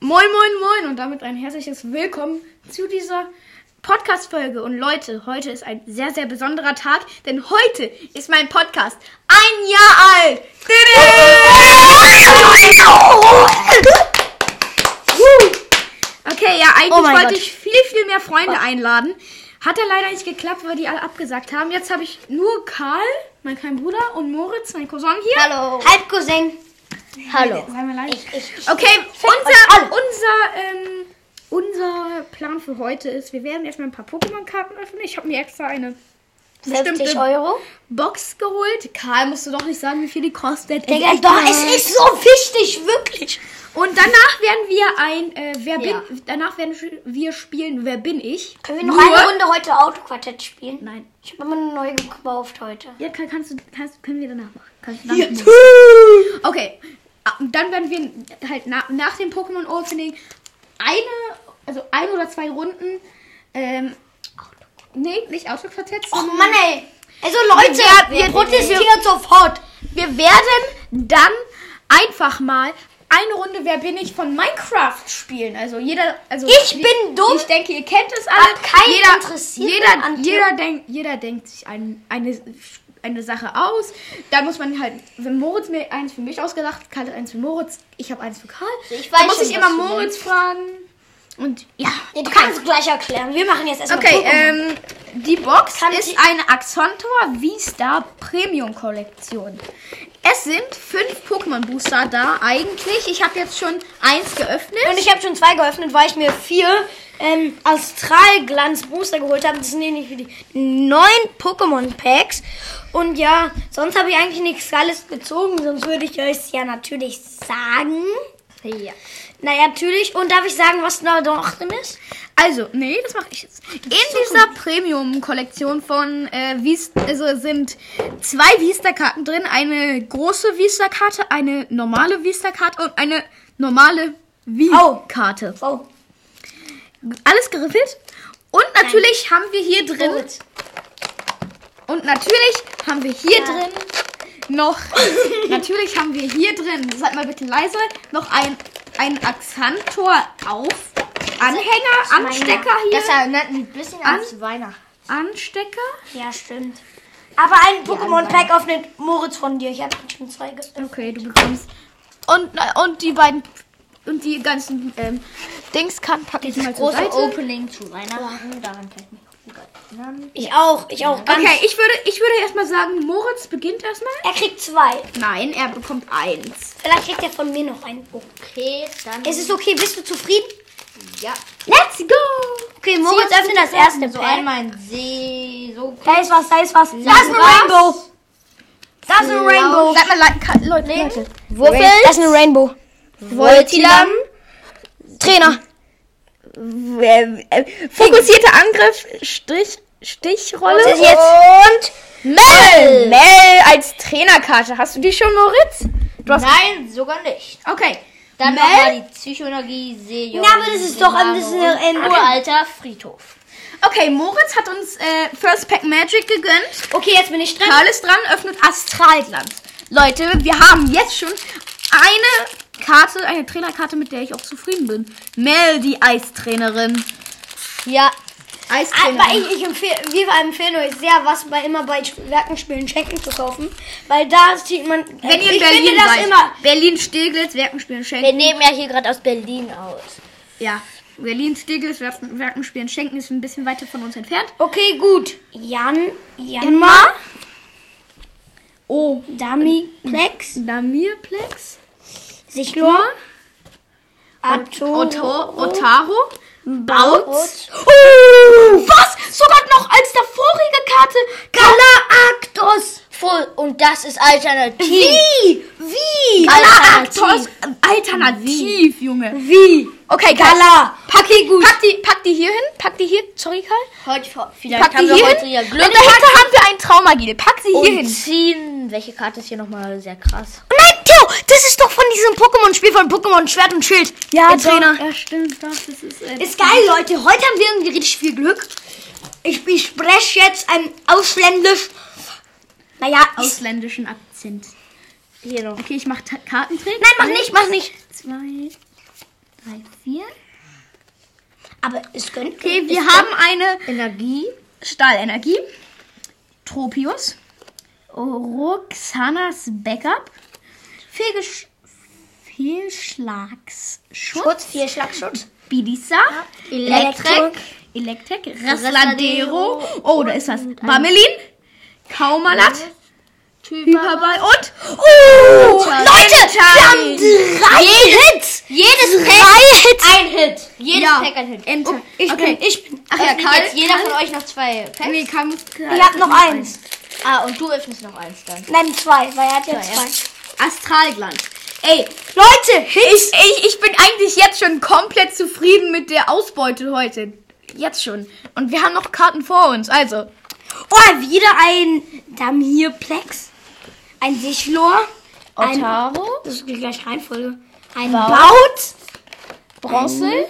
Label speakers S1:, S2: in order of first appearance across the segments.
S1: Moin, moin, moin und damit ein herzliches Willkommen zu dieser Podcast-Folge. Und Leute, heute ist ein sehr, sehr besonderer Tag, denn heute ist mein Podcast ein Jahr alt. Okay, ja, eigentlich
S2: Oh mein
S1: wollte
S2: Gott. Ah.
S1: ich viel, viel mehr Freunde einladen. Hat er leider nicht geklappt, weil die alle abgesagt haben. Jetzt habe ich nur Karl, mein kleiner Bruder, und Moritz, mein Cousin hier.
S2: Hallo. Halbcousin. Hallo.
S1: Sei mal leise.
S2: Ich, ich, ich.
S1: Okay,
S2: euch alle.
S1: unser, unser, ähm, unser Plan für heute ist, wir werden erstmal ein paar Pokémon-Karten öffnen. Ich habe mir extra eine
S2: 50
S1: bestimmte
S2: Euro.
S1: Box geholt. Karl, musst du doch nicht sagen, wie viel die kostet.
S2: Digga, doch, es ist so wichtig, wirklich.
S1: Und danach werden wir ein, äh, wer bin,
S2: Ja.
S1: danach werden wir spielen, wer bin ich?
S2: Können wir noch
S1: Nur-
S2: eine Runde heute Autoquartett spielen?
S1: Nein.
S2: Ich habe immer eine neue gekauft heute.
S1: Ja, kann, kannst du, kannst, können wir danach machen. Kannst du danach machen. Okay, Ah, und dann werden wir halt na, nach dem Pokémon Opening eine, also ein oder zwei Runden, ähm, nee, nicht Autoquartett.
S2: Och
S1: sondern-
S2: Mann, ey. Also Leute,
S1: Wir-
S2: wir,
S1: wir-
S2: protestieren sofort.
S1: Wir werden dann einfach mal eine Runde Wer bin ich von Minecraft spielen. Also jeder, also
S2: Ich bin dumm.
S1: Ich denke, ihr kennt es alle.
S2: Hat keinen
S1: jeder,
S2: interessiert
S1: jeder,
S2: an dir.
S1: jeder, denkt, jeder denkt sich ein, eine, eine Sache aus. Dann muss man halt, wenn Moritz mir eins für mich ausgedacht, Karl hat eins für Moritz, ich habe eins für Karl.
S2: Ich weiß
S1: dann muss
S2: schon,
S1: ich immer
S2: was du
S1: Moritz fragen. Und ja,
S2: Ja, du kannst es gleich erklären. Wir machen jetzt erstmal
S1: Okay,
S2: Pokémon.
S1: ähm, die Box
S2: Kann
S1: ist
S2: ich-
S1: eine Axontor V-Star Premium Kollektion. Es sind fünf Pokémon Booster da eigentlich. Ich habe jetzt schon eins geöffnet.
S2: Und ich habe schon zwei geöffnet, weil ich mir vier ähm, Astralglanz-Booster geholt habe. Das sind nämlich die neun Pokémon-Packs. Und ja, sonst habe ich eigentlich nichts Geiles gezogen. Sonst würde ich euch ja natürlich sagen.
S1: ja.
S2: Na natürlich. Und darf ich sagen, was da noch drin ist?
S1: Also, nee, das mache ich jetzt. In dieser Premium-Kollektion von äh, Wies- also sind zwei Vista-Karten drin. Eine große Vista-Karte, eine normale Vista-Karte und eine normale Wii-Karte.
S2: Oh,
S1: Alles geriffelt. Und natürlich haben wir hier drin
S2: Moritz.
S1: Und natürlich haben wir hier
S2: Ja.
S1: drin noch. natürlich haben wir hier drin, seid mal bitte leise, noch ein, ein Axantor auf. Anhänger, Anstecker hier.
S3: Das erinnert mich ein bisschen an,
S1: An-
S3: zu Weihnachten.
S1: Anstecker?
S2: Ja, stimmt. Aber ein Pokémon-Pack öffnet Moritz von dir. Ich habe schon zwei geöffnet.
S1: Okay, du bekommst. Und, äh, und die beiden. Und die ganzen ähm, Dings kann packe ich mal zur
S3: Große
S1: Seite.
S3: Opening zu Weihnachten. Oh, Daran kann ich mich gut erinnern.
S2: Ich auch, ich auch. Ganz.
S1: Okay, ich würde, ich würde erstmal sagen, Moritz beginnt erstmal.
S2: Er kriegt zwei.
S1: Nein, er bekommt eins.
S2: Vielleicht kriegt er von mir noch einen. Oh.
S3: Okay, dann.
S2: Es ist okay, bist du zufrieden?
S3: ja.
S1: Let's go!
S2: Okay, Moritz
S3: Zieh jetzt
S2: öffnet
S3: die
S2: das
S3: Karten
S2: erste
S3: So
S2: Pack.
S3: einmal in See, so
S2: Da ist was, da ist was. Da ist ein
S1: Was?
S2: Rainbow. Da ist ein Rainbow.
S1: Seid mal le ka- Leute, Leute.
S2: Da ist ein Rainbow.
S1: Voltilam.
S2: Trainer.
S1: Fokussierter äh, Angriff, Strich, Stichrolle.
S2: Das ist jetzt-
S1: Und Mel. Mel als Trainerkarte. Hast du die schon, Moritz? Du hast
S3: Nein, sogar nicht.
S1: okay.
S3: Dann
S1: Mel?
S3: nochmal die Psychoenergie, See,
S2: Ja, aber das ist doch ein bisschen
S3: ein
S2: in-
S3: uralter Friedhof.
S1: Okay, Moritz hat uns äh, First Pack Magic gegönnt.
S2: Okay, jetzt bin ich dran.
S1: Karl ist dran, öffnet Astralglanz. Leute, wir haben jetzt schon eine Karte, eine Trainerkarte, mit der ich auch zufrieden bin. Mel, die Eistrainerin.
S3: Ja.
S2: Aber
S1: Eistrainerin.
S2: Ah, ich, ich empfehle, wir empfehlen euch sehr, was bei immer bei Werkenspielen Schenken zu kaufen, weil da sieht man.
S1: Wenn ihr in
S2: ich
S1: Berlin
S2: finde das
S1: seid.
S2: immer.
S1: Berlin, Steglitz, Werkenspielen, Schenken.
S3: Wir nehmen ja hier gerade aus Berlin aus.
S1: Ja, Berlin, Steglitz, Werken, Werken spielen, Schenken ist ein bisschen weiter von uns entfernt.
S2: Okay, gut. Jan, Janma,
S1: Emma. Oh,
S2: Dami, Plex,
S1: Damirplex.
S2: Sichlor,
S1: Oto,
S2: Atoro,
S1: Otaro. Bautz.
S2: Bautz.
S1: Oh, was? Sogar noch als der vorige Karte. Kalaaktos.
S3: Voll. Und das ist alternativ.
S1: Wie? Wie?
S3: Alternativ.
S1: Kalaaktos. Alternativ, Junge.
S2: Wie?
S1: Okay,
S2: Gala.
S1: Okay, gut. Pack die, pack die hier hin. Pack die hier. Sorry, Karl.
S3: Heute, vielleicht
S1: Pack die
S3: haben wir
S1: hier
S3: heute
S1: hin.
S3: ja
S1: Und
S3: Glück.
S1: dahinter haben wir einen Traumagil. Pack sie hier
S3: Und
S1: hin.
S3: ziehen. Welche Karte ist hier nochmal sehr krass?
S2: Nein, Theo, das ist doch von diesem Pokémon-Spiel von Pokémon Schwert und Schild. Ja,
S1: Der
S2: der Äh, Trainer.
S1: Ja, stimmt. Doch, das ist, äh,
S2: Ist geil, Leute. Heute haben wir irgendwie richtig viel Glück. Ich, ich spreche jetzt ein ausländisch. Naja, ich,
S1: ausländischen Akzent.
S3: Hier noch.
S1: Okay, ich mache Kartentrick.
S2: nein, mach nicht, mach nicht.
S1: Zwei, drei, vier.
S2: Aber es könnte.
S1: Okay, wir
S2: es
S1: haben eine
S3: Energie.
S1: Stahlenergie, Tropius, Roxanas Backup, Fehlgesch Fehlschlagsschutz,
S2: Schutz, vier Schlagschutz.
S1: Bidisa,
S2: Elektrik,
S1: Elektrik, Elektrik, Rasladero, oh, da ist was, Bamelin, Kaumalat, Hyperball und, oh, Leute, wir haben drei Hits, jedes drei Hits,
S3: Ein Hit. Jedes
S1: Ja.
S3: Pack ein Hit.
S1: Enter.
S2: Ich
S1: okay.
S2: bin, ich bin.
S1: Ach ja,
S3: Öffnet
S1: Karl,
S3: jetzt jeder
S1: Karl,
S3: von euch noch zwei Packs.
S2: Mhm.
S1: Nee, Karl muss gerade.
S2: Ich hab noch eins.
S3: Ah, und du öffnest noch eins dann.
S2: Nein, zwei, weil er hat ja
S3: Zwei,
S2: zwei.
S1: Astralglanz. Ey, Leute, ich, ich, ich bin eigentlich jetzt schon komplett zufrieden mit der Ausbeute heute. Jetzt schon. Und wir haben noch Karten vor uns, also.
S2: Oh, wieder ein Damirplex. Ein Sichlor. Ein,
S3: Otavo,
S2: das ist die gleiche Reihenfolge. Ein
S3: Baut.
S2: Baut.
S1: Bronzel,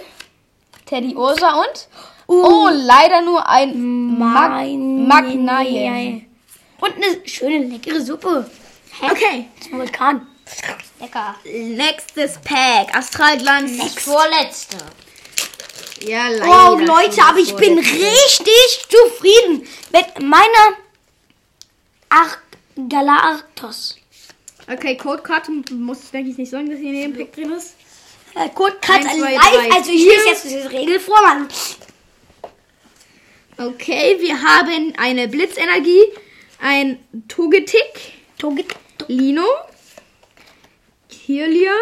S1: Teddy Ursa und. Oh, leider nur ein Mag
S2: Mein-
S1: Magnae.
S2: Und eine schöne, leckere Suppe. Hä?
S1: Okay.
S2: Zum Vulkan. Ah,
S3: lecker.
S1: Nächstes Pack. Astralglanz.
S3: Vorletzte.
S1: Ja, leider.
S2: Oh, Leute, aber ich bin richtig zufrieden mit meiner Ar Galartos.
S1: Okay, Codekarte muss ich, denke ich, nicht sagen, dass hier in dem Pack drin ist.
S2: Äh, Kurt Kratz
S1: Eins, zwei,
S2: live.
S1: drei,
S2: Also ich lese jetzt diese Regel vor, Mann.
S1: Okay, wir haben eine Blitzenergie, ein Togetic,
S2: Toge-
S1: Lino, Kirlia,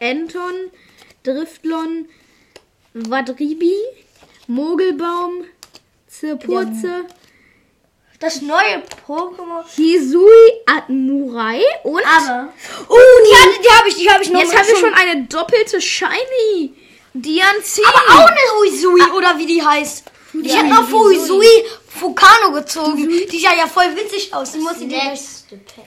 S1: Anton, Driftlon, Vadribi, Mogelbaum, Zirpurze,
S2: Das neue Pokémon.
S1: Hisui Admurai und...
S2: Aber. Oh, die, hatte- die habe ich, die habe ich noch
S1: jetzt
S2: mal
S1: haben wir schon
S2: gezogen.
S1: eine doppelte Shiny. Dianzi.
S2: Aber auch eine Uisui, oder wie die heißt. Ich habe noch vor Uisui Fukano gezogen. Die sah ja voll witzig aus. Ich muss sie dir
S3: Nächste Pack.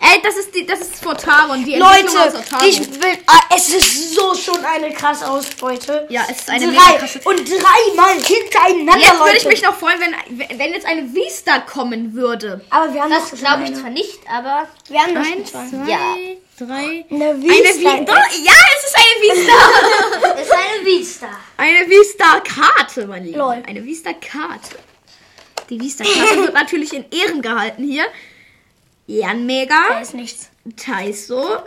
S1: Ey, das ist, die, das ist Fortaron. Die Entwicklung aus
S2: Leute,
S1: Fortaron.
S2: ich will. Ah, es ist so schon eine krasse Ausbeute.
S1: Ja, es ist eine mega
S2: Drei.
S1: krasse-
S2: Und dreimal hintereinander.
S1: Jetzt würde ich
S2: Leute.
S1: mich noch freuen, wenn, wenn jetzt eine Vista kommen würde.
S2: Aber wir haben
S3: Das
S2: schon
S3: glaube ich
S2: eine.
S3: zwar nicht, aber
S2: Wir haben das
S1: Eins, zwei,
S3: Ja.
S1: drei.
S2: Eine
S1: Eine
S2: Vista.
S1: Vi- Doch, ja, es ist eine Vista.
S3: es ist eine Vista.
S1: eine Vista-Karte, mein Lieber.
S2: Lol.
S1: Eine Vista-Karte. Die Vista-Karte wird natürlich in Ehren gehalten hier. Jan
S2: Da
S1: Mega,
S2: ist nichts.
S1: Taiso,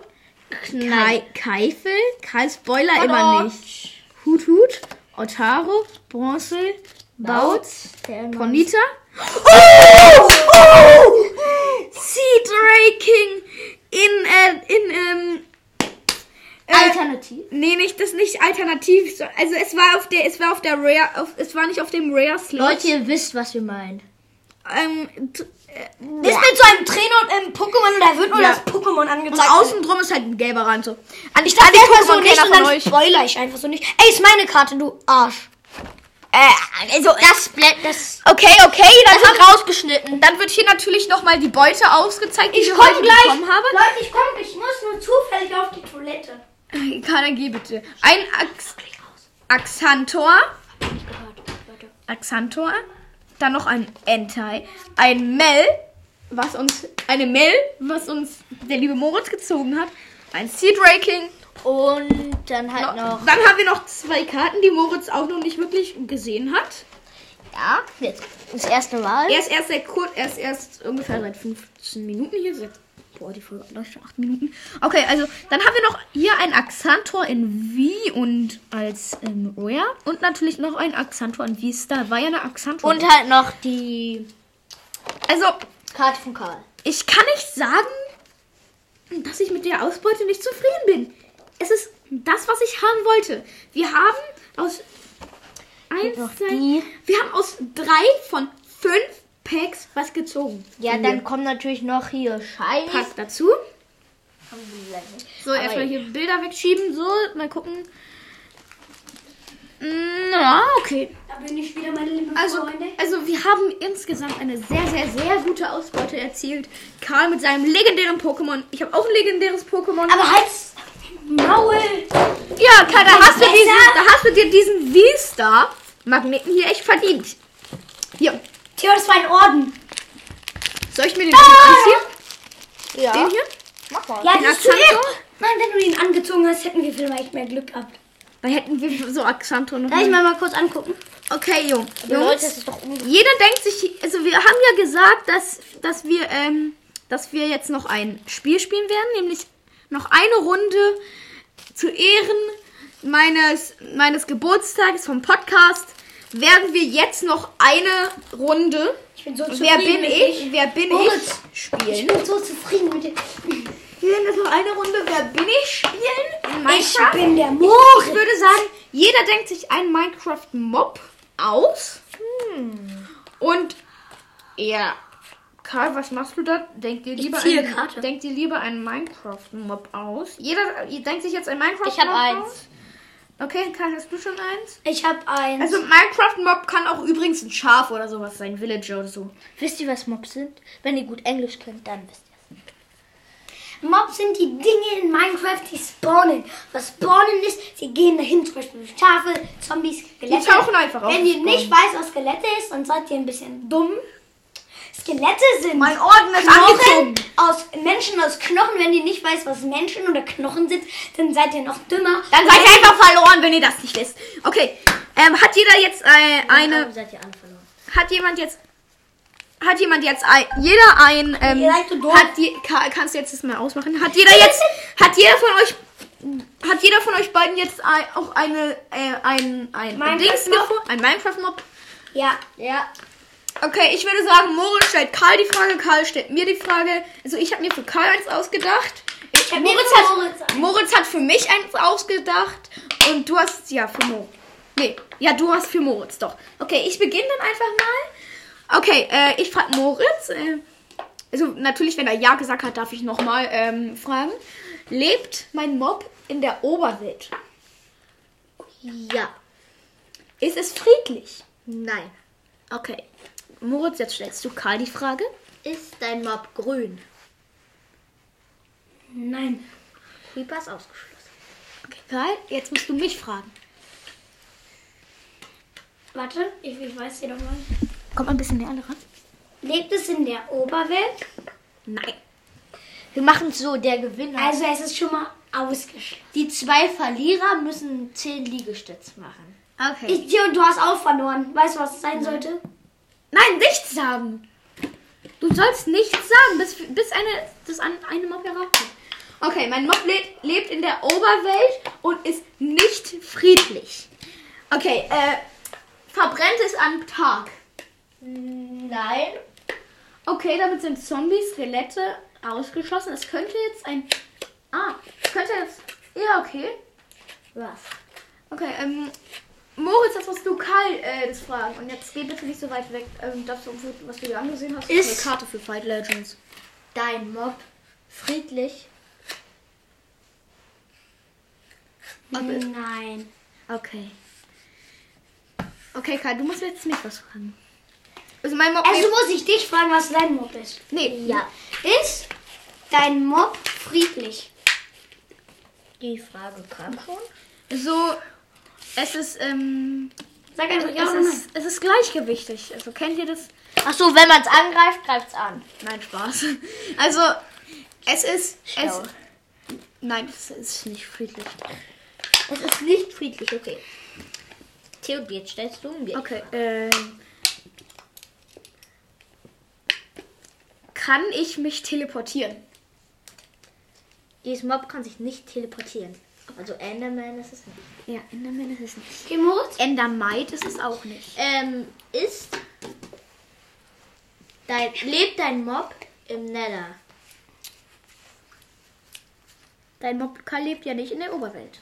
S1: Kai, Keifel, Karl Spoiler immer
S3: Otto.
S1: nicht. Hut Hut, Otaro, Bronzel, Bautz, Ponita. Oh! Oh! Seed Raking in, äh, in, ähm, äh,
S3: Alternativ.
S1: Nee, nicht, das nicht alternativ. so- Also es war auf der, es war auf der Rare, auf, es war nicht auf dem Rare Slot.
S3: Leute, ihr wisst, was wir meinen.
S1: Ähm, t- äh,
S2: Ist mit so einem Trainer und einem Pokémon und da wird nur
S1: Ja.
S2: das Pokémon
S1: und
S2: angezeigt.
S1: außen drum ist halt ein gelber Rand so. An,
S2: ich dachte
S1: an die
S2: erstmal so
S1: Pokémon
S2: nicht
S1: kennt
S2: und
S1: er von
S2: dann
S1: euch.
S2: spoiler ich einfach so nicht. Ey, ist meine Karte, du Arsch. Äh, also
S3: Das bleibt, das,
S1: Okay, okay, dann
S3: das wird rausgeschnitten.
S1: Dann wird hier natürlich nochmal die Beute ausgezeigt, die ich,
S2: komm
S1: heute
S2: gleich.
S1: bekommen habe.
S2: Leute, ich komme, ich muss nur zufällig auf die Toilette.
S1: Kana, geh bitte. Ein Ax Axantor. Axantor. Dann noch ein Entai. Ein Mel, was uns. Eine Mel, was uns der liebe Moritz gezogen hat. Ein Seed Raking.
S3: Und dann halt noch.
S1: Dann haben wir noch zwei Karten, die Moritz auch noch nicht wirklich gesehen hat.
S3: Ja, jetzt das erste Mal.
S1: Er ist erst seit kurz, er ist erst ungefähr seit 15 Minuten hier. Seit, boah, die Folge läuft schon 8 Minuten. Okay, also dann haben wir noch hier ein Axantor in V und als ähm, Rare. Und natürlich noch ein Axantor in V-Star. War ja eine Axantor.
S3: Und halt noch die
S1: also,
S3: Karte von Karl.
S1: ich kann nicht sagen, dass ich mit der Ausbeute nicht zufrieden bin. Es ist das, was ich haben wollte. Wir haben aus. Eins,
S3: noch
S1: zwei,
S3: die.
S1: wir haben aus drei von fünf Packs was gezogen.
S3: Ja, dann kommen natürlich noch hier Scheiß.
S1: Pack dazu. So, erstmal hier Bilder wegschieben. So, mal gucken. Mm, Ja, okay.
S2: Da bin ich wieder, meine lieben
S1: Also,
S2: Freunde.
S1: also wir haben insgesamt eine sehr, sehr, sehr gute Ausbeute erzielt. Karl mit seinem legendären Pokémon. Ich habe auch ein legendäres Pokémon.
S2: Aber halt's Maul.
S1: ja, Karl, da hast, du
S2: Besser?
S1: diesen, da hast du dir diesen V-Star-Magneten hier echt verdient. Hier,
S2: Theo, das war ein Orden.
S1: soll ich mir den ah! anziehen?
S3: Ja.
S1: Den hier?
S3: Mach mal.
S2: Ja,
S1: Den
S2: siehst du,
S1: Axantor?
S2: er- Nein, wenn du ihn angezogen hast, hätten wir vielleicht mehr Glück gehabt.
S1: Dann hätten wir so Axanto noch.
S2: Darf ich mal, mal kurz angucken?
S1: Okay, Jungs.
S3: Leute,
S1: Jungs.
S3: das ist doch ungewohnt.
S1: Jeder denkt sich, also wir haben ja gesagt, dass, dass wir, ähm, dass wir jetzt noch ein Spiel spielen werden, nämlich noch eine Runde zu Ehren meines, meines Geburtstages vom Podcast werden wir jetzt noch eine Runde.
S2: Ich bin so
S1: Wer bin
S2: mit
S1: ich? Wer bin
S2: Moritz.
S1: ich? Spielen.
S2: Ich bin so zufrieden mit dir.
S1: Wir werden jetzt noch eine Runde Wer bin ich spielen. in Minecraft.
S2: Ich bin der
S1: Ich
S2: Moritz.
S1: würde sagen, jeder denkt sich einen Minecraft-Mob aus. Und ja. Karl, was machst du da? Denk dir lieber,
S2: ziehe
S1: einen,
S2: Karte.
S1: denk dir lieber einen Minecraft-Mob aus. Jeder denkt sich jetzt einen Minecraft-Mob
S3: Ich hab eins.
S1: aus. Okay, Karl, hast du schon eins?
S2: Ich habe eins.
S1: Also Minecraft-Mob kann auch übrigens ein Schaf oder sowas sein, Villager oder so.
S3: Wisst ihr, was Mobs sind? Wenn ihr gut Englisch könnt, dann wisst ihr es.
S2: Mobs sind die Dinge in Minecraft, die spawnen. Was spawnen ist, sie gehen dahin, zum Beispiel Schafe, Zombies, Skelette.
S1: tauchen einfach auf
S2: Wenn
S1: und
S2: ihr nicht weiß, was Skelette ist, dann seid ihr ein bisschen dumm. Skelette sind
S1: Mein Orden ist
S2: Knochen
S1: angezogen.
S2: aus Menschen aus Knochen. Wenn ihr nicht weiß, was Menschen oder Knochen sind, dann seid ihr noch dümmer.
S1: Dann seid ihr einfach verloren, wenn ihr das nicht wisst. Okay, ähm, hat jeder jetzt äh, eine...
S3: Warum seid ihr alle verloren?
S1: Hat jemand jetzt. Hat jemand jetzt ein, jeder ein. Ähm,
S2: Ihr seid so doof.
S1: hat die, ka, kannst du jetzt das mal ausmachen? Hat jeder jetzt. Hat jeder von euch. Hat jeder von euch beiden jetzt ein, auch eine. Äh, ein. Ein
S2: Minecraft-Mob.
S1: Dings gefunden? Ein Minecraft-Mob?
S2: Ja.
S3: Ja.
S1: Okay, ich würde sagen, Moritz stellt Karl die Frage, Karl stellt mir die Frage. Also, ich habe mir für Karl eins ausgedacht. Ich,
S2: hab mir
S1: Moritz,
S2: für
S1: hat,
S2: Moritz eins.
S1: Moritz hat für mich eins ausgedacht. Und du hast. Ja, für Moritz. Nee, ja, du hast für Moritz, doch. Okay, ich beginne dann einfach mal. Okay, äh, ich frage Moritz. Äh, also, natürlich, wenn er Ja gesagt hat, darf ich nochmal ähm, fragen. Lebt mein Mob in der Oberwelt?
S3: Ja.
S1: Ist es friedlich?
S3: Nein.
S1: Okay. Moritz, jetzt stellst du Karl die Frage.
S3: Ist dein Mob grün?
S2: Nein.
S3: Creeper ist ausgeschlossen.
S1: Okay, Karl, jetzt musst du mich fragen.
S2: Warte, ich, ich weiß hier nochmal.
S1: Kommt mal ein bisschen näher ran.
S2: Lebt es in der Oberwelt?
S1: Nein.
S3: Wir machen es so, der Gewinner.
S2: Also es ist schon mal ausgeschlossen.
S3: die zwei Verlierer müssen 10 Liegestütz machen.
S1: Okay.
S2: Ich, Theo, du hast auch verloren. Weißt du, was es sein sollte?
S1: nein, nichts sagen. Du sollst nichts sagen, bis, bis eine, das an, eine Mob herauskommt. Okay, mein Mob lebt, lebt in der Oberwelt und ist nicht friedlich. Okay, äh, verbrennt es am Tag.
S3: Nein.
S1: Okay, damit sind Zombies, Skelette ausgeschlossen. Es könnte jetzt ein... Ah, es könnte jetzt... Ja, okay.
S3: Was?
S1: Okay, ähm, Moritz, das musst du Karl äh, das fragen. Und jetzt geh bitte nicht so weit weg. Ähm, das, was du dir angesehen hast,
S3: Ist-
S1: eine Karte für Fight Legends.
S3: Dein Mob friedlich?
S2: Nein.
S1: Okay. Okay, Karl, du musst jetzt nicht was fragen. Also mein Mob...
S2: Also muss ich dich fragen, was dein Mob ist.
S1: nee,
S3: Ja.
S2: Ist dein Mob friedlich?
S3: Die Frage kam schon.
S1: so... Es ist, ähm...
S2: Sag einfach ja
S1: es,
S2: oder nein.
S1: ist, es ist gleichgewichtig. Also kennt ihr das?
S3: Ach so, wenn man es angreift, greift es an.
S1: Nein, Spaß. Also, es ist... Es,
S3: Schlau.
S1: nein, es ist nicht friedlich.
S3: Es ist nicht friedlich, okay. Theo, jetzt stellst du mir.
S1: Okay, ähm. Kann ich mich teleportieren?
S3: Dieses Mob kann sich nicht teleportieren. Also Enderman ist es nicht.
S1: Ja, Enderman ist es nicht.
S2: Okay, Moritz?
S1: Endermite ist es auch nicht.
S3: Ähm, ist dein, lebt dein Mob im Nether?
S1: Dein Mobka lebt ja nicht in der Oberwelt.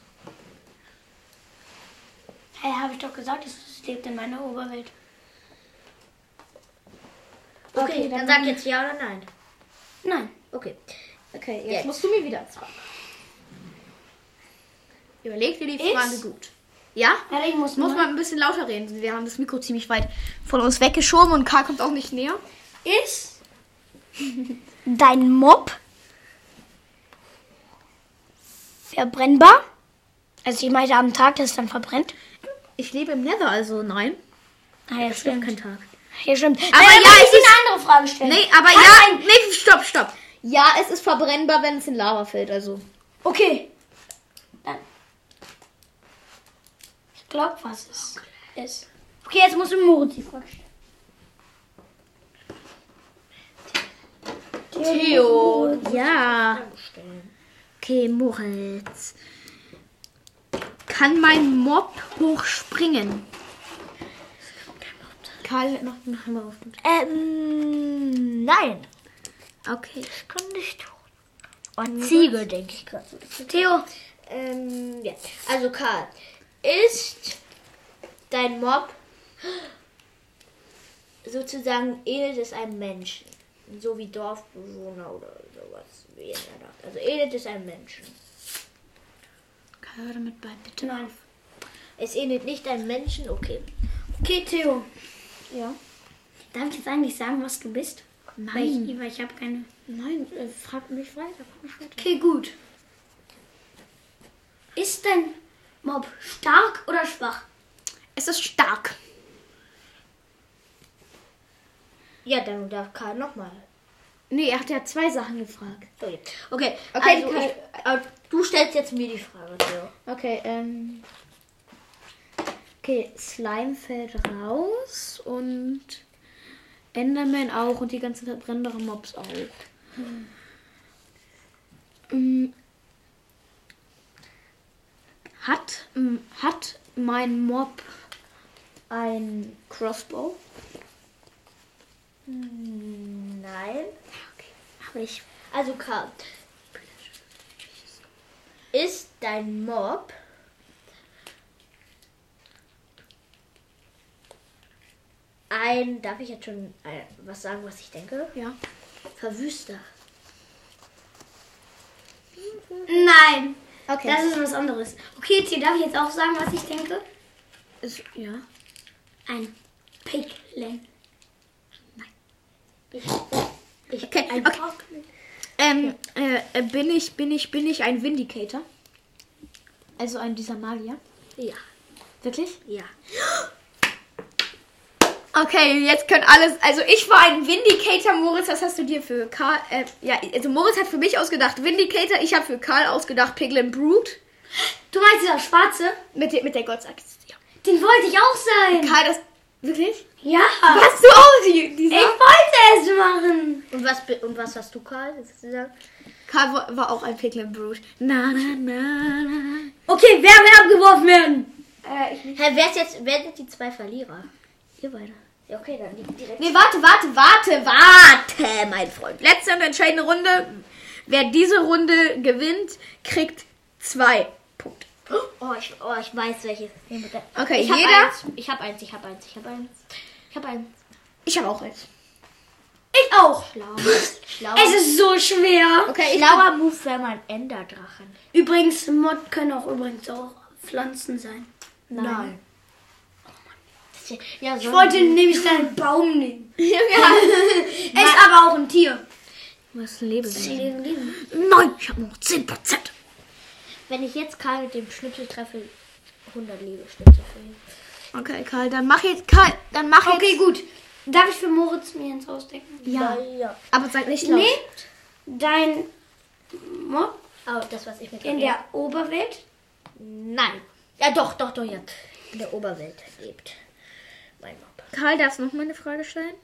S2: Hey, habe ich doch gesagt, es lebt in meiner Oberwelt.
S3: Okay,
S2: dann-
S3: dann, sag jetzt ja oder nein.
S2: Nein.
S3: Okay.
S1: Okay, jetzt,
S3: Jetzt.
S1: musst du mir wieder fragen. Überleg dir die
S2: Ist-
S1: Frage gut. Ja?
S2: Warte, ich muss,
S1: Muss
S2: mal.
S1: man ein bisschen lauter reden. Wir haben das Mikro ziemlich weit von uns weggeschoben und K kommt auch nicht näher.
S2: Ist dein Mob verbrennbar? Also ich meine am Tag, das dann verbrennt.
S1: Ich lebe im Nether, also nein.
S2: Ah, ja, stimmt.
S1: Kein Tag.
S2: Ja, stimmt.
S1: Aber
S2: dann
S1: ja,
S2: muss
S1: es
S2: ich dir
S1: ist-
S2: eine andere Frage stellen.
S1: Nee, aber
S2: Kann
S1: ja. Nee, stopp, stopp. Ja, es ist verbrennbar, wenn es in Lava fällt, also.
S2: Okay. Dann. Ich glaube, was ist. ist. Okay, jetzt muss du Moritz die Frage stellen.
S1: Theo. Ja. Okay, Moritz. Kann mein Mob hochspringen? Karl hat noch einen Hammer auf den
S3: Ähm, nein.
S1: Okay.
S3: Ich Oh, kann nicht hoch. Und Ziegel, denke ich gerade.
S2: Theo.
S3: Ähm, ja. Also, Karl, ist dein Mob sozusagen ähnelt es einem Menschen? So wie Dorfbewohner oder sowas. wie in der Nacht. Also, ähnelt es einem Menschen?
S1: Karl, hör damit bei, bitte. Nein.
S3: Es ähnelt nicht einem Menschen? Okay.
S2: Okay, Theo.
S3: Ja.
S2: Darf ich jetzt eigentlich sagen, was du bist? Weil
S1: Nein.
S2: ich, weil ich habe keine.
S3: Nein, äh, frag mich weiter. Frag mich weiter.
S2: Okay, gut. Ist dein Mob stark oder schwach?
S1: Es ist stark.
S3: Ja, dann darf Karl nochmal.
S1: Nee, er hat ja zwei Sachen gefragt.
S3: Okay, okay,
S1: Okay,
S3: also
S1: Karl.
S3: ich, äh, du stellst jetzt mir die Frage, Theo.
S1: Okay, ähm. Okay, Slime fällt raus und Enderman auch und die ganzen anderen Mobs auch. Hm. Ähm, Hat, ähm, hat mein Mob ein Crossbow?
S3: Nein.
S1: Habe ich.
S3: Also Karl, ist dein Mob ein, darf ich jetzt schon äh, was sagen, was ich denke?
S1: Ja.
S3: Verwüster.
S2: Nein.
S1: Okay.
S2: Das ist was anderes. Okay, Theo, darf ich jetzt auch sagen, was ich denke?
S1: ist, ja.
S2: Ein Pickling.
S1: Okay, okay. Ähm, äh, äh, bin ich, bin ich, bin ich ein Vindicator? Also ein dieser Magier?
S3: Ja,
S1: Wirklich?
S3: ja.
S1: Okay, jetzt können alles. Also ich war ein Vindicator, Moritz, was hast du dir für Karl. Äh, ja, also Moritz hat für mich ausgedacht Vindicator, ich habe für Karl ausgedacht Piglin Brute.
S2: Du meinst dieser Schwarze?
S1: Mit, der- mit der Goldsaxt. Ja.
S2: Den wollte ich auch sein.
S1: Karl, das. Wirklich?
S2: Ja.
S1: Hast du auch die,
S2: Ich
S1: diese?
S2: wollte es machen.
S3: Und was, bi- und was hast du, Karl? sozusagen?
S1: Karl war, war auch ein Piglin Brute. Na, na, na, na.
S2: Okay, wer will abgeworfen werden?
S1: Äh, ich.
S3: Hä, wer, ist jetzt, wer sind die zwei Verlierer?
S1: Ihr beide.
S3: Ja, okay, dann die direkt.
S1: Nee, warte, warte, warte, warte, mein Freund. Letzte und entscheidende Runde. Wer diese Runde gewinnt, kriegt zwei Punkte.
S3: Oh, ich, oh, ich weiß welches.
S1: Okay,
S3: ich hab
S1: jeder?
S3: Eins, ich habe eins, ich habe eins, ich habe eins. Ich habe eins.
S1: Ich habe auch eins.
S2: Ich auch.
S3: Schlau.
S2: Es
S3: Schlauer,
S2: ist so schwer.
S1: Okay, ich
S3: schlauer Move wäre mal ein Enderdrachen.
S2: Übrigens, Mod können auch übrigens auch Pflanzen sein.
S3: Nein. Das ist Ja, ja,
S2: Ich
S3: so
S2: wollte nämlich deinen Baum nehmen.
S1: Junge.
S2: Er ist aber auch ein Tier.
S1: Was lebe ich?
S3: Wenn
S1: Nein, ich habe noch 10%.
S3: ich jetzt Karl mit dem Schnipsel treffe, 100 Liegestütze für ihn.
S1: Okay, Karl, dann mach jetzt, Karl, dann mach
S2: Okay,
S1: jetzt.
S2: gut. Darf ich für Moritz mir ins ausdenken?
S1: Ja,
S3: ja.
S1: aber sag nicht laut.
S2: Lebt dein Mob
S3: Aber das, was ich mit
S2: in der Oberwelt?
S3: Nein. Ja, doch, doch, doch, ja. In der Oberwelt lebt. Mein Mob.
S1: Karl, darfst du noch mal eine Frage stellen?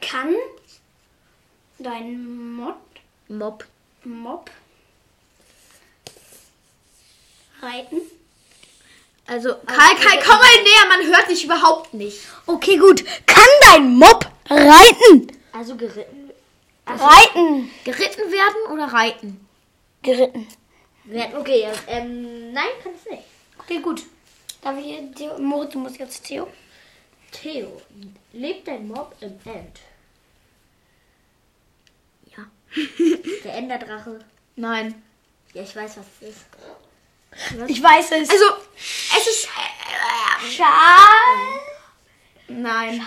S2: Kann dein Mod,
S1: Mob.
S2: Mob reiten?
S1: Also, Karl, Karl, komm mal näher, man hört dich überhaupt nicht.
S2: Okay, gut. Kann dein Mob reiten?
S3: Also geritten
S2: Reiten.
S1: Geritten werden oder reiten?
S2: Geritten.
S3: werden. Okay, ja, ähm, nein, kann es nicht.
S2: Okay, gut. Darf ich hier, Theo, Moritz, du musst jetzt Theo.
S3: Theo, lebt dein Mob im End?
S1: Ja.
S3: Der Enderdrache.
S1: Nein.
S3: Ja, ich weiß, was es ist.
S2: Ich weiß es.
S1: Also, es ist. Äh,
S2: Schal.
S1: nein.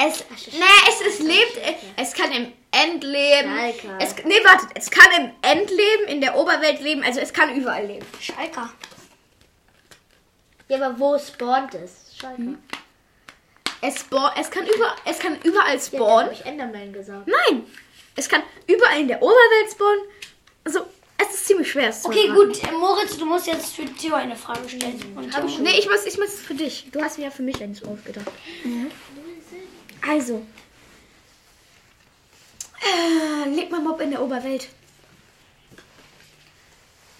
S1: Es, nee, es, es lebt, äh, es kann im End leben.
S3: Schalker.
S1: Es, nee, wartet, es kann im End leben, in der Oberwelt leben, also es kann überall leben.
S2: Schalker.
S3: Ja, aber wo spawnt es? Schalke.
S1: Es, spawn, es, kann über, es kann überall
S3: Ja, dann
S1: spawnen.
S3: hab ich Enderman gesagt.
S1: Nein! Es kann überall in der Oberwelt spawnen. Also, es ist ziemlich schwer. es zu
S2: Okay,
S1: machen.
S2: gut. äh, Moritz, du musst jetzt für Theo eine Frage stellen. Und Theo-
S1: Nee, ich muss, ich muss für dich. Mhm. Du hast mir ja für mich eins aufgedacht. Also. Äh, leg mal Mob in der Oberwelt.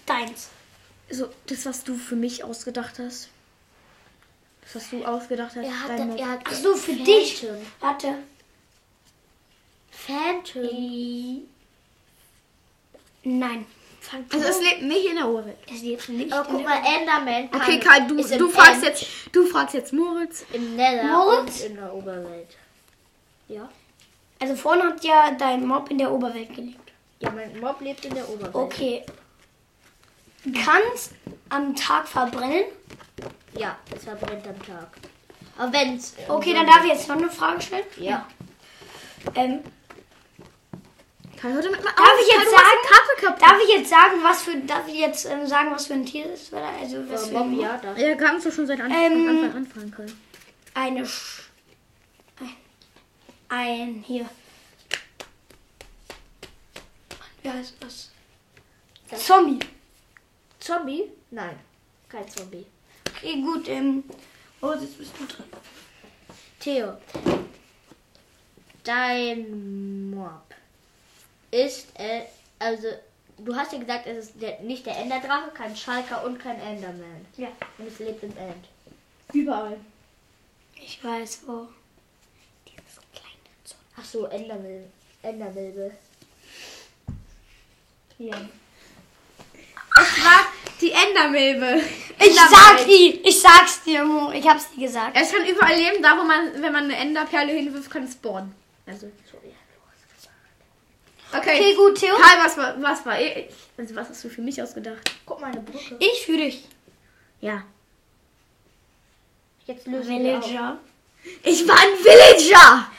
S2: Deins.
S1: So, das, was du für mich ausgedacht hast. Das, was du ausgedacht hast.
S3: Er hat,
S1: dein Mob.
S3: er hat
S2: Ach so, für dich.
S3: Phantom.
S2: Warte.
S3: Phantom.
S2: Nein. Fang
S1: also, es lebt nicht in der Oberwelt.
S2: es lebt nicht.
S3: Aber guck mal, Enderman. kann-
S1: Okay, Karl, du,
S3: ist im
S1: du, fragst
S3: End-
S1: jetzt, du fragst jetzt Moritz.
S3: Im Nether
S2: Moritz?
S3: und in der Oberwelt. Ja?
S2: Also vorhin hat ja dein Mob in der Oberwelt gelebt.
S3: Ja, mein Mob lebt in der Oberwelt.
S2: Okay. Mhm. Kannst am Tag verbrennen.
S3: Ja, es verbrennt am Tag. Aber wenn's.
S2: Okay, dann darf ich jetzt noch eine Frage stellen.
S3: Ja.
S2: Ähm,
S1: Karl, hör damit mal
S2: Darf
S1: auf.
S2: ich jetzt
S1: Karl, du machst
S2: sagen?
S1: die Karte kaputt.
S2: darf ich jetzt sagen, was für darf ich jetzt ähm, sagen, was für ein Tier es ist? Oder Also was
S3: Äh,
S2: für ein
S3: Mob, ja, darf.
S1: Ja, kannst du schon seit Anfang,
S2: Ähm,
S1: Anfang anfangen können.
S2: Eine Sch ein, ein hier. Wie heißt das? Zombie.
S3: Zombie? Nein, kein Zombie.
S2: Okay, gut. Ähm, oh, jetzt bist du dran.
S3: Theo, dein Mob ist, äh, also, du hast ja gesagt, es ist der, nicht der Enderdrache, kein Schalker und kein Enderman.
S2: Ja.
S3: Und es lebt im End.
S1: Überall.
S2: Ich weiß wo. Dieses kleine Zombie.
S3: Ach so, Endermilbe. Endermilbe. Ja.
S1: Es war die Endermilbe.
S2: Ich sag die, ich sag's dir, Mo. Ich hab's dir gesagt.
S1: Es kann überall leben, da wo man, wenn man eine Enderperle hinwirft, kann es spawnen. Also,
S3: Sorry.
S1: okay.
S2: Okay, gut, Theo.
S1: Karl, was war, was war ich? Also, was hast du für mich ausgedacht?
S3: Guck mal, eine Brücke.
S2: Ich für dich.
S1: Ja.
S3: Jetzt lösen wir auf.
S2: Villager.
S1: Ich war ein Villager!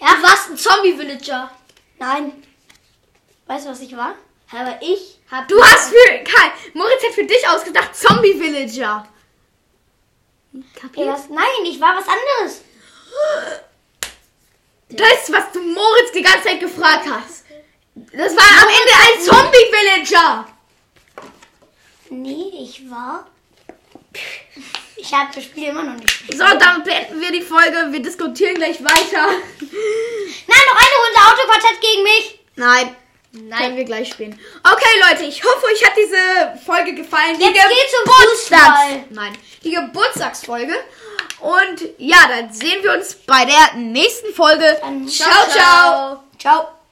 S3: Ja, du warst ein Zombie-Villager.
S2: Nein. Weißt du, was ich war?
S3: Aber ich hab...
S1: Du hast für, Karl, Moritz hat für dich ausgedacht, Zombie-Villager.
S2: Ja, was? Nein, ich war was anderes.
S1: Das, was du Moritz die ganze Zeit gefragt hast. Das war am Ende ein Zombie-Villager.
S2: Nee, ich war. Ich hab das Spiel immer noch nicht. gespielt.
S1: So, damit beenden wir die Folge. Wir diskutieren gleich weiter.
S2: Nein, noch eine Runde Autoquartett gegen mich.
S1: Nein. Nein. Können wir gleich spielen. Okay, Leute, ich hoffe, euch hat diese Folge gefallen. Die
S2: Jetzt geht's um Fußball.
S1: Nein, die Geburtstagsfolge. Und ja, dann sehen wir uns bei der nächsten Folge.
S2: Dann
S1: ciao. ciao.
S2: Ciao.